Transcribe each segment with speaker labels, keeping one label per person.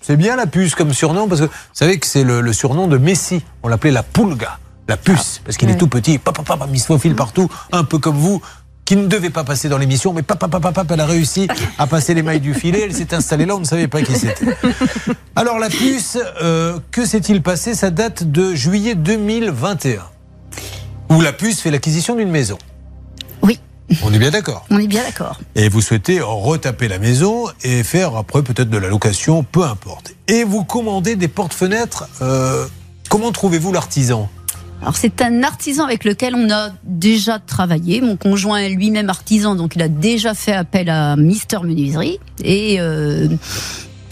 Speaker 1: C'est bien la puce comme surnom, parce que vous savez que c'est le, le surnom de Messi. On l'appelait la Pulga, la puce, parce qu'il est
Speaker 2: Ouais.
Speaker 1: tout petit, papa, papa, mismophile partout, un peu comme vous, qui ne devait pas passer dans l'émission, mais papa, papa, papa, elle a réussi à passer les mailles du filet, elle s'est installée là, on ne savait pas qui c'était. Alors la puce, euh, que s'est-il passé Ça date de juillet 2021, où la puce fait l'acquisition d'une maison.
Speaker 2: Oui,
Speaker 1: On est bien d'accord
Speaker 2: on est bien d'accord.
Speaker 1: et vous souhaitez retaper la maison et faire après peut-être de la location, peu importe. Et vous commandez des portes-fenêtres. euh, comment trouvez-vous l'artisan
Speaker 2: Alors c'est un artisan avec lequel on a déjà travaillé. Mon conjoint est lui-même artisan, donc il a déjà fait appel à Mister Menuiserie et euh,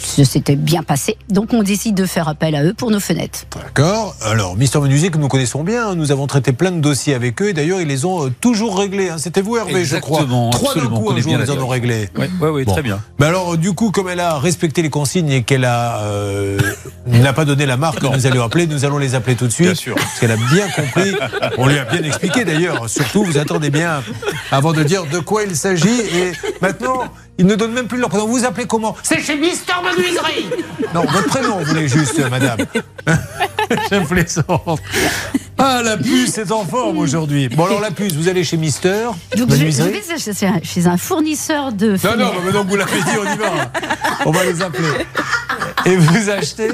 Speaker 2: ça s'était bien passé. Donc on décide de faire appel à eux pour nos fenêtres.
Speaker 1: D'accord. Alors, Mister Menuisier, que nous connaissons bien, hein, nous avons traité plein de dossiers avec eux et d'ailleurs, ils les ont euh, toujours réglés. hein. C'était vous, Hervé, je crois.
Speaker 3: Exactement,
Speaker 1: Trois d'un
Speaker 3: absolument, on
Speaker 1: coup, un
Speaker 3: connaît
Speaker 1: jour,
Speaker 3: bien
Speaker 1: ils
Speaker 3: la
Speaker 1: en ont
Speaker 3: direction.
Speaker 1: réglé.
Speaker 3: Oui, oui,
Speaker 1: Bon.
Speaker 3: très bien.
Speaker 1: Mais alors, euh, du coup, comme elle a respecté les consignes et qu'elle a euh, n'a pas donné la marque que nous allions appeler, nous allons les appeler tout de suite.
Speaker 3: Bien sûr.
Speaker 1: Parce qu'elle a bien compris. On lui a bien expliqué d'ailleurs. Surtout, vous attendez bien avant de dire de quoi il s'agit. Et maintenant, ils ne donnent même plus leur prénom. Vous appelez comment C'est chez Mister Menuiserie. Non, votre prénom, on voulait juste, euh, madame. J'aime plaisante. Ah, la puce est en forme aujourd'hui. Bon, alors la puce, vous allez chez Mister
Speaker 2: Donc je, je
Speaker 1: Menuiserie
Speaker 2: vais chez un, chez un fournisseur de
Speaker 1: non, non,
Speaker 2: fenêtres.
Speaker 1: mais maintenant que vous l'avez dit, on y va. On va les appeler. Et vous achetez.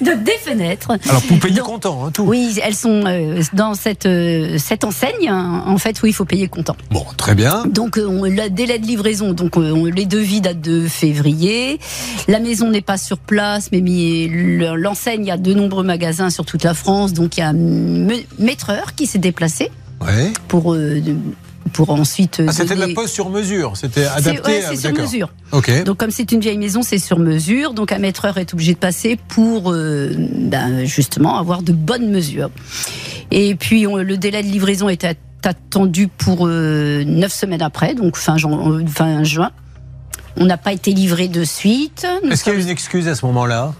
Speaker 2: de, des fenêtres.
Speaker 1: Alors, pour payer
Speaker 2: Donc,
Speaker 1: content, hein, tout.
Speaker 2: Oui, elles sont euh, dans cette, euh, cette enseigne, hein, en fait, où il faut payer comptant.
Speaker 1: Bon, très bien.
Speaker 2: Donc, euh, on, le délai de livraison, donc euh, on- les devis datent de février. La maison n'est pas sur place, mais mi- le- l'enseigne, il y a de nombreux magasins sur toute la France. Donc, il y a un me- maîtreur qui s'est déplacé
Speaker 1: Ouais.
Speaker 2: pour, euh, de- pour ensuite. euh,
Speaker 1: Ah, c'était de la
Speaker 2: donner-
Speaker 1: poste sur mesure. C'était
Speaker 2: C'est-
Speaker 1: adapté
Speaker 2: ouais,
Speaker 1: à-
Speaker 2: c'est sur
Speaker 1: d'accord.
Speaker 2: mesure.
Speaker 1: Ok.
Speaker 2: Donc comme c'est une vieille maison, c'est sur mesure. Donc un maîtreur est obligé de passer pour euh, ben, justement avoir de bonnes mesures. Et puis on- le délai de livraison est at- attendu pour euh, neuf semaines après, donc fin, jan- euh, fin juin. On n'a pas été livré de suite. Nous
Speaker 1: Est-ce qu'il y a une excuse à ce moment-là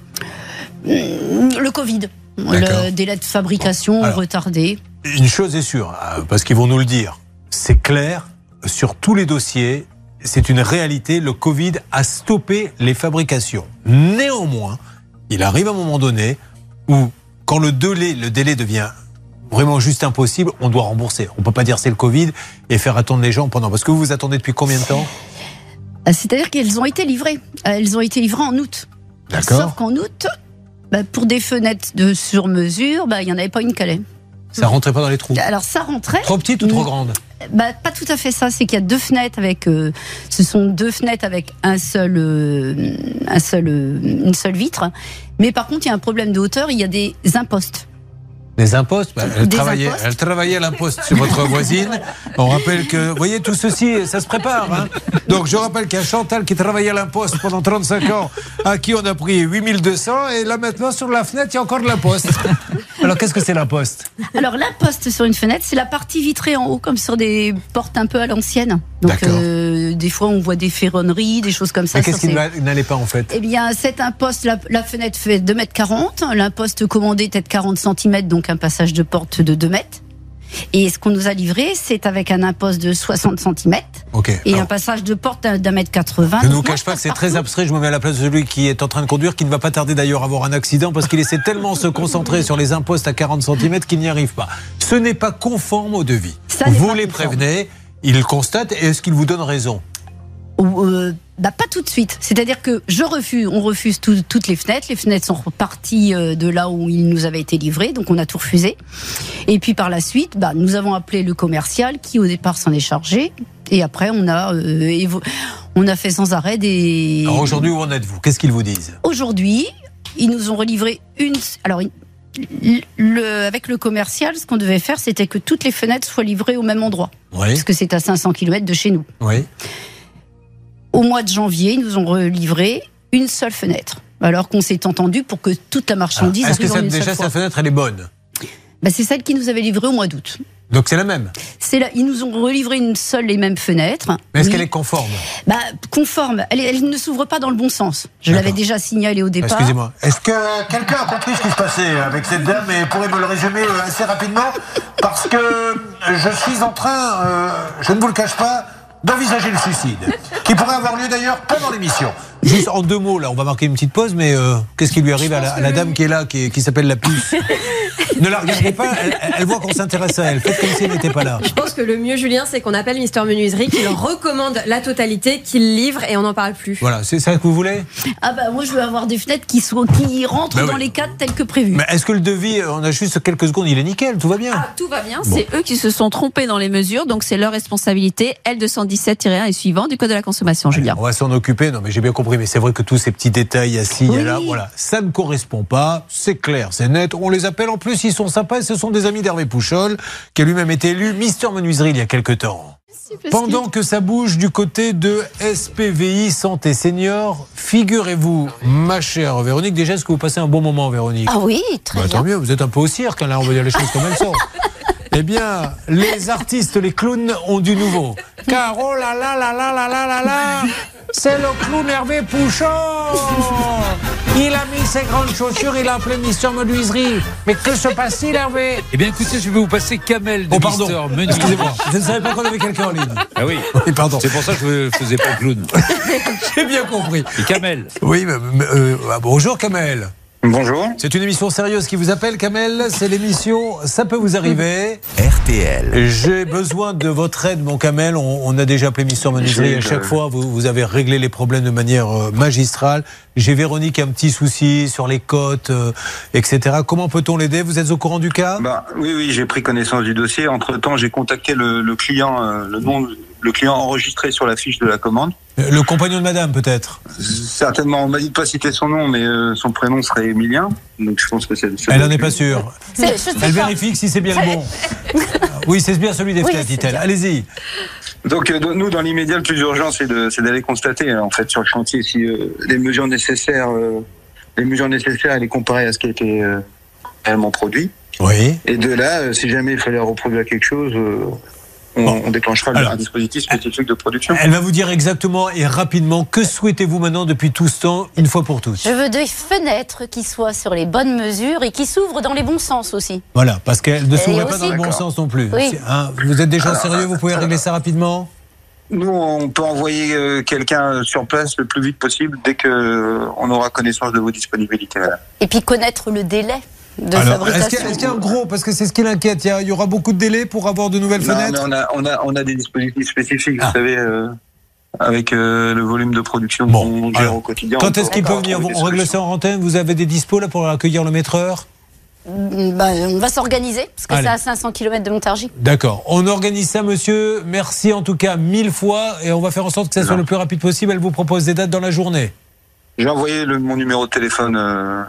Speaker 2: sommes- Le Covid.
Speaker 1: D'accord.
Speaker 2: Le délai de fabrication
Speaker 1: Alors.
Speaker 2: retardé.
Speaker 1: Une chose est sûre, euh, parce qu'ils vont nous le dire, c'est clair, sur tous les dossiers, c'est une réalité, le Covid a stoppé les fabrications. Néanmoins, il arrive un moment donné où, quand le délai, le délai devient vraiment juste impossible, on doit rembourser. On ne peut pas dire c'est le Covid et faire attendre les gens pendant. Parce que vous vous attendez depuis combien de temps
Speaker 2: Ah, C'est-à-dire qu'elles ont été livrées. Euh, Elles ont été livrées en août. Sauf qu'en août, ben, pour des fenêtres de sur mesure, ben, il n'y en avait pas une calée.
Speaker 1: Ça rentrait pas dans les trous.
Speaker 2: Alors ça rentrait.
Speaker 1: Trop petite ou trop grande
Speaker 2: Bah, pas tout à fait ça, c'est qu'il y a deux fenêtres avec. euh, ce sont deux fenêtres avec un seul, euh, un seul, euh, une seule vitre. Mais par contre, il y a un problème de hauteur. Il y a des impostes.
Speaker 1: Des impostes bah, elle,
Speaker 2: Des
Speaker 1: travaillait,
Speaker 2: impostes.
Speaker 1: elle travaillait à l'imposte sur votre voisine. On rappelle que, vous voyez, tout ceci, ça se prépare. hein. Donc je rappelle qu'il y a Chantal qui travaillait à l'imposte pendant 35 ans, à qui on a pris 8200, et là maintenant sur la fenêtre, il y a encore de l'imposte. Alors qu'est-ce que c'est l'imposte
Speaker 2: Alors l'imposte sur une fenêtre, c'est la partie vitrée en haut, comme sur des portes un peu à l'ancienne. Donc
Speaker 1: D'accord.
Speaker 2: euh, des fois, on voit des ferronneries, des choses comme ça.
Speaker 1: Mais qu'est-ce
Speaker 2: sur
Speaker 1: qui
Speaker 2: ces-
Speaker 1: n'a- n'allait pas en fait
Speaker 2: Eh bien, cet imposte, la, la fenêtre fait 2m40, l'imposte commandé était de 40 cm, donc un passage de porte de 2 mètres. Et ce qu'on nous a livré, c'est avec un imposte de 60 cm
Speaker 1: Ok.
Speaker 2: et
Speaker 1: alors,
Speaker 2: un passage de porte d'un mètre 80.
Speaker 1: Je ne vous
Speaker 2: Donc, moi,
Speaker 1: cache pas
Speaker 2: passe
Speaker 1: que c'est
Speaker 2: partout.
Speaker 1: très abstrait. Je me mets à la place de celui qui est en train de conduire, qui ne va pas tarder d'ailleurs à avoir un accident parce qu'il essaie tellement se concentrer sur les impostes à 40 cm qu'il n'y arrive pas. Ce n'est pas conforme au devis.
Speaker 2: Ça n'est
Speaker 1: vous
Speaker 2: pas
Speaker 1: les
Speaker 2: conforme.
Speaker 1: prévenez, ils constatent et est-ce qu'ils vous donnent raison
Speaker 2: Ou, euh, bah, pas tout de suite. C'est-à-dire que je refuse, on refuse tout- toutes les fenêtres. Les fenêtres sont reparties euh, de là où ils nous avaient été livrés, donc on a tout refusé. Et puis par la suite, bah, nous avons appelé le commercial qui au départ s'en est chargé. Et après, on a, euh, évo- on a fait sans arrêt des.
Speaker 1: Alors aujourd'hui, où en êtes-vous Qu'est-ce qu'ils vous disent
Speaker 2: Aujourd'hui, ils nous ont relivré une. Alors, une- l- le- avec le commercial, ce qu'on devait faire, c'était que toutes les fenêtres soient livrées au même endroit,
Speaker 1: Oui,
Speaker 2: parce que c'est à 500 km de chez nous.
Speaker 1: oui.
Speaker 2: Au mois de janvier, ils nous ont relivré une seule fenêtre. Alors qu'on s'est entendu pour que toute la
Speaker 1: Alors,
Speaker 2: marchandise
Speaker 1: Est-ce que
Speaker 2: arrive en
Speaker 1: ça-
Speaker 2: une
Speaker 1: déjà
Speaker 2: seule fois.
Speaker 1: cette fenêtre, elle est bonne
Speaker 2: Bah, c'est celle qui nous avait livré au mois d'août.
Speaker 1: Donc c'est la même.
Speaker 2: C'est là, ils nous ont relivré une seule et même fenêtre.
Speaker 1: Mais est-ce
Speaker 2: Oui.
Speaker 1: qu'elle est conforme
Speaker 2: Bah, conforme. Elle, est- elle ne s'ouvre pas dans le bon sens. Je
Speaker 1: D'accord.
Speaker 2: l'avais déjà signalé au départ.
Speaker 1: Excusez-moi. Est-ce que
Speaker 4: que quelqu'un a compris ce qui se passait avec cette dame et pourrait me le résumer euh, assez rapidement Parce que je suis en train, euh, je ne vous le cache pas, d'envisager le suicide, qui pourrait avoir lieu d'ailleurs pendant l'émission.
Speaker 1: Juste en deux mots, là, on va marquer une petite pause, mais euh, qu'est-ce qui lui arrive à la, à la dame qui est là, qui, est- qui s'appelle la puce Ne la regardez pas, elle, elle voit qu'on s'intéresse à elle. Faites comme si elle n'était pas là.
Speaker 3: Je pense que le mieux, Julien, c'est qu'on appelle Mister Menuiserie, qu'il recommande la totalité, qu'il livre et on n'en parle plus.
Speaker 1: Voilà, c'est ça que vous voulez
Speaker 2: Ah bah moi je veux avoir des fenêtres qui, sont, qui rentrent
Speaker 1: Bah
Speaker 2: dans
Speaker 1: oui.
Speaker 2: les cadres tels que prévu.
Speaker 1: Mais est-ce que le devis, euh, on a juste quelques secondes, il est nickel, tout va bien
Speaker 3: Ah, tout va bien,
Speaker 5: C'est eux qui se sont trompés dans les mesures, donc c'est leur responsabilité. L217-1 et suivant du Code de la consommation, Julien.
Speaker 1: On va s'en occuper, non mais j'ai bien compris, mais c'est vrai que tous ces petits détails assis,
Speaker 2: Oui.
Speaker 1: là, voilà, ça ne correspond pas, c'est clair, c'est net, on les appelle, en plus ils sont sympas, et ce sont des amis d'Hervé Pouchol, qui a lui-même été élu Mister Menuiserie il y a quelque temps. Pendant que ça bouge du côté de SPVI Santé Senior, figurez-vous, ma chère Véronique, déjà est-ce que vous passez un bon moment Véronique
Speaker 6: Ah oui, très
Speaker 1: Bah,
Speaker 6: bien.
Speaker 1: Tant mieux, vous êtes un peu au cirque, hein, là, on va dire les choses comme elles sont. Eh bien, les artistes, les clowns ont du nouveau. Car oh là là là là là là là là, c'est le clown Hervé Pouchon Il a mis ses grandes chaussures, il a appelé Mister Menuiserie. Mais que se passe-t-il, Hervé
Speaker 7: Eh bien, écoutez, je vais vous passer Kamel de
Speaker 1: Oh, pardon,
Speaker 7: Mister Menuiserie.
Speaker 1: excusez-moi, je ne savais pas qu'on avait quelqu'un en ligne.
Speaker 7: Ah oui.
Speaker 1: Oui, pardon,
Speaker 7: C'est pour ça que je faisais pas clown.
Speaker 1: j'ai bien compris.
Speaker 7: Et Kamel.
Speaker 1: Oui, mais- mais, euh, ah, bonjour Kamel.
Speaker 8: Bonjour.
Speaker 1: C'est une émission sérieuse qui vous appelle, Kamel. C'est l'émission Ça peut vous arriver.
Speaker 9: RTL.
Speaker 1: J'ai besoin de votre aide, mon Kamel. On, on a déjà appelé Mister Menuiserie à chaque fois. Vous, vous avez réglé les problèmes de manière euh, magistrale. J'ai Véronique un petit souci sur les cotes, euh, etc. Comment peut-on l'aider Vous êtes au courant du cas
Speaker 8: Bah, oui, oui, j'ai pris connaissance du dossier. Entre temps, j'ai contacté le, le client, euh, le nom, le client enregistré sur la fiche de la commande.
Speaker 1: Euh, Le compagnon de madame, peut-être
Speaker 8: Certainement, on m'a dit de pas citer son nom, mais euh, son prénom serait Emilien. Donc, je pense que c'est.
Speaker 1: Elle n'en est pas sûre.
Speaker 6: C'est- je sais
Speaker 1: Elle
Speaker 6: pas.
Speaker 1: vérifie que si c'est bien le bon. Oui, c'est bien celui des
Speaker 6: Oui,
Speaker 1: fenêtres,
Speaker 6: c'est
Speaker 1: dit-elle.
Speaker 6: bien.
Speaker 1: Allez-y.
Speaker 8: Donc, euh, nous, dans l'immédiat, le plus urgent, c'est de- c'est d'aller constater, euh, en fait, sur le chantier, si euh, les mesures nécessaires, euh, les mesures nécessaires, à les comparer à ce qui a été euh, réellement produit.
Speaker 1: Oui.
Speaker 8: Et de là, euh, si jamais il fallait reproduire quelque chose, euh, on, on déclenchera le-
Speaker 1: Alors.
Speaker 8: un dispositif spécifique de production.
Speaker 1: Elle va vous dire exactement et rapidement que souhaitez-vous maintenant depuis tout ce temps, une fois pour toutes.
Speaker 6: Je veux des fenêtres qui soient sur les bonnes mesures et qui s'ouvrent dans les bons sens aussi.
Speaker 1: Voilà, parce qu'elle ne s'ouvrait
Speaker 6: aussi-
Speaker 1: pas dans le bon
Speaker 8: D'accord.
Speaker 1: sens non plus.
Speaker 6: Oui.
Speaker 1: C'est- hein, vous êtes des gens sérieux, vous pouvez régler ça rapidement
Speaker 8: Nous, on peut envoyer euh, quelqu'un sur place le plus vite possible dès que euh, on aura connaissance de vos disponibilités. madame.
Speaker 6: Et puis connaître le délai de
Speaker 1: Alors, est-ce qu'il y, a-
Speaker 6: fabrication.
Speaker 1: est-ce qu'il y a un gros Parce que c'est ce qui l'inquiète. Il y, a- il y aura beaucoup de délais pour avoir de nouvelles
Speaker 8: Non, mais
Speaker 1: fenêtres
Speaker 8: on a, on a, on a des dispositifs spécifiques,
Speaker 1: Ah.
Speaker 8: vous savez, euh, avec euh, le volume de production
Speaker 1: Bon,
Speaker 8: qu'on gère
Speaker 1: alors,
Speaker 8: au quotidien. on
Speaker 1: Quand est-ce qu'il peut
Speaker 8: encore
Speaker 1: venir
Speaker 8: trouver
Speaker 1: On
Speaker 8: des
Speaker 1: règle ça en antenne Vous avez des dispos là pour accueillir le maîtreur
Speaker 6: Mm, bah, on va s'organiser, parce que
Speaker 1: Allez.
Speaker 6: c'est à 500 km de Montargis.
Speaker 1: D'accord. On organise ça, monsieur. Merci en tout cas mille fois et on va faire en sorte que ça soit
Speaker 8: Non.
Speaker 1: le plus rapide possible. Elle vous propose des dates dans la journée.
Speaker 8: J'ai envoyé le, mon numéro de téléphone. euh,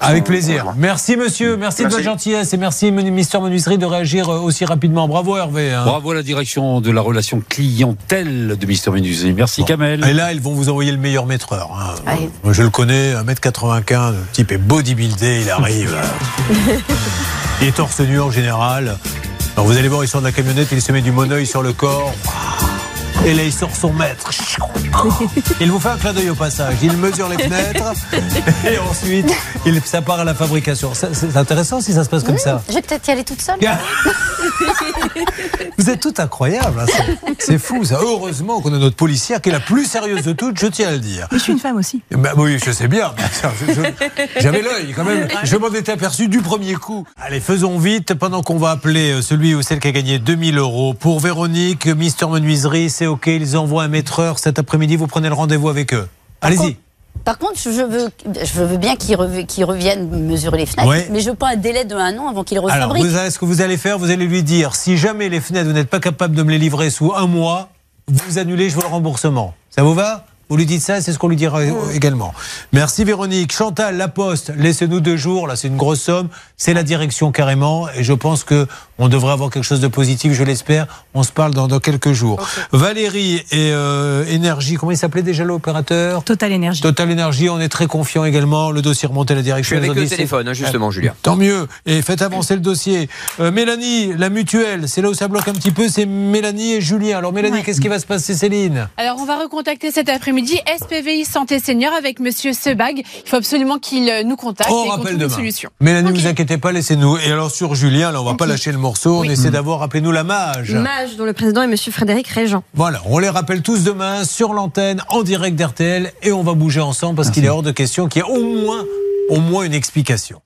Speaker 1: Avec
Speaker 8: on- on
Speaker 1: plaisir.
Speaker 8: va voir.
Speaker 1: Merci, monsieur. Merci, de
Speaker 8: Merci.
Speaker 1: votre gentillesse et merci, Menu- Mister Menuiserie, de réagir euh, aussi rapidement. Bravo, Hervé. hein.
Speaker 7: Bravo à la direction de la relation clientèle de Mister Menuiserie. Merci, Kamel.
Speaker 1: Et là, ils vont vous envoyer le meilleur maîtreur. hein.
Speaker 6: Ouais.
Speaker 1: Moi, Je le connais, 1m95, le type est bodybuildé, il arrive. euh. il est torse nu en général. Alors, vous allez voir, il sort de la camionnette, il se met du monoeil sur le corps. Et là, il sort son maître. Il vous fait un clin d'œil au passage. Il mesure les fenêtres. Et ensuite, il, ça part à la fabrication. Ça, C'est intéressant si ça se passe comme ça.
Speaker 6: Je vais peut-être y aller toute seule.
Speaker 1: Vous êtes toutes incroyables, hein, c'est- c'est fou ça. Heureusement qu'on a notre policière qui est la plus sérieuse de toutes, je tiens à le dire.
Speaker 10: Mais je suis une femme aussi.
Speaker 1: Bah oui, je sais bien. mais ça, je- je- J'avais l'œil quand même. Je m'en étais aperçu du premier coup. Allez, faisons vite pendant qu'on va appeler euh, celui ou celle qui a gagné 2000 euros. Pour Véronique, Mister Menuiserie, c'est OK, ils envoient un maîtreur cet après-midi, vous prenez le rendez-vous avec eux. Allez-y.
Speaker 6: Par contre, je veux, je veux bien qu'ils rev- qu'ils reviennent mesurer les fenêtres,
Speaker 1: Ouais.
Speaker 6: mais je veux pas un délai de un an avant qu'ils
Speaker 1: Alors,
Speaker 6: refabriquent.
Speaker 1: vous savez ce que vous allez faire, vous allez lui dire si jamais les fenêtres, vous n'êtes pas capable de me les livrer sous un mois, vous annulez, je veux le remboursement. Ça vous va vous lui dites ça, c'est ce qu'on lui dira euh, également. Merci Véronique. Chantal, La Poste, laissez-nous deux jours. Là, c'est une grosse somme. C'est la direction carrément. Et je pense que on devrait avoir quelque chose de positif, je l'espère. On se parle dans, dans quelques jours. Valérie et euh, Énergie, comment il s'appelait déjà l'opérateur
Speaker 10: Total énergie.
Speaker 1: Total Énergie, on est très confiant également. Le dossier remonté à la direction. Ils ont dit, c'est-
Speaker 9: justement, Julien.
Speaker 1: Tant mieux. Et faites avancer le dossier. Euh, Mélanie, la mutuelle, c'est là où ça bloque un petit peu. C'est Mélanie et Julien. Alors Mélanie, qu'est-ce qui va se passer, Céline
Speaker 11: Alors, on va recontacter cet
Speaker 10: midi, SPVI Santé Senior avec Monsieur Sebag. Il faut absolument qu'il euh, nous contacte
Speaker 1: On
Speaker 10: et qu'on
Speaker 1: Oh, rappelle
Speaker 10: trouve une
Speaker 1: demain.
Speaker 10: solution.
Speaker 1: Mélanie, vous inquiétez pas, laissez-nous. Et alors sur Julien, là, on va pas lâcher le morceau. On essaie d'abord, rappelez-nous la mage.
Speaker 3: Mage, dont le président est monsieur Frédéric Régent.
Speaker 1: Voilà, on les rappelle tous demain sur l'antenne, en direct d'RTL, et on va bouger ensemble parce qu'il est hors de question qu'il y ait au moins, au moins une explication.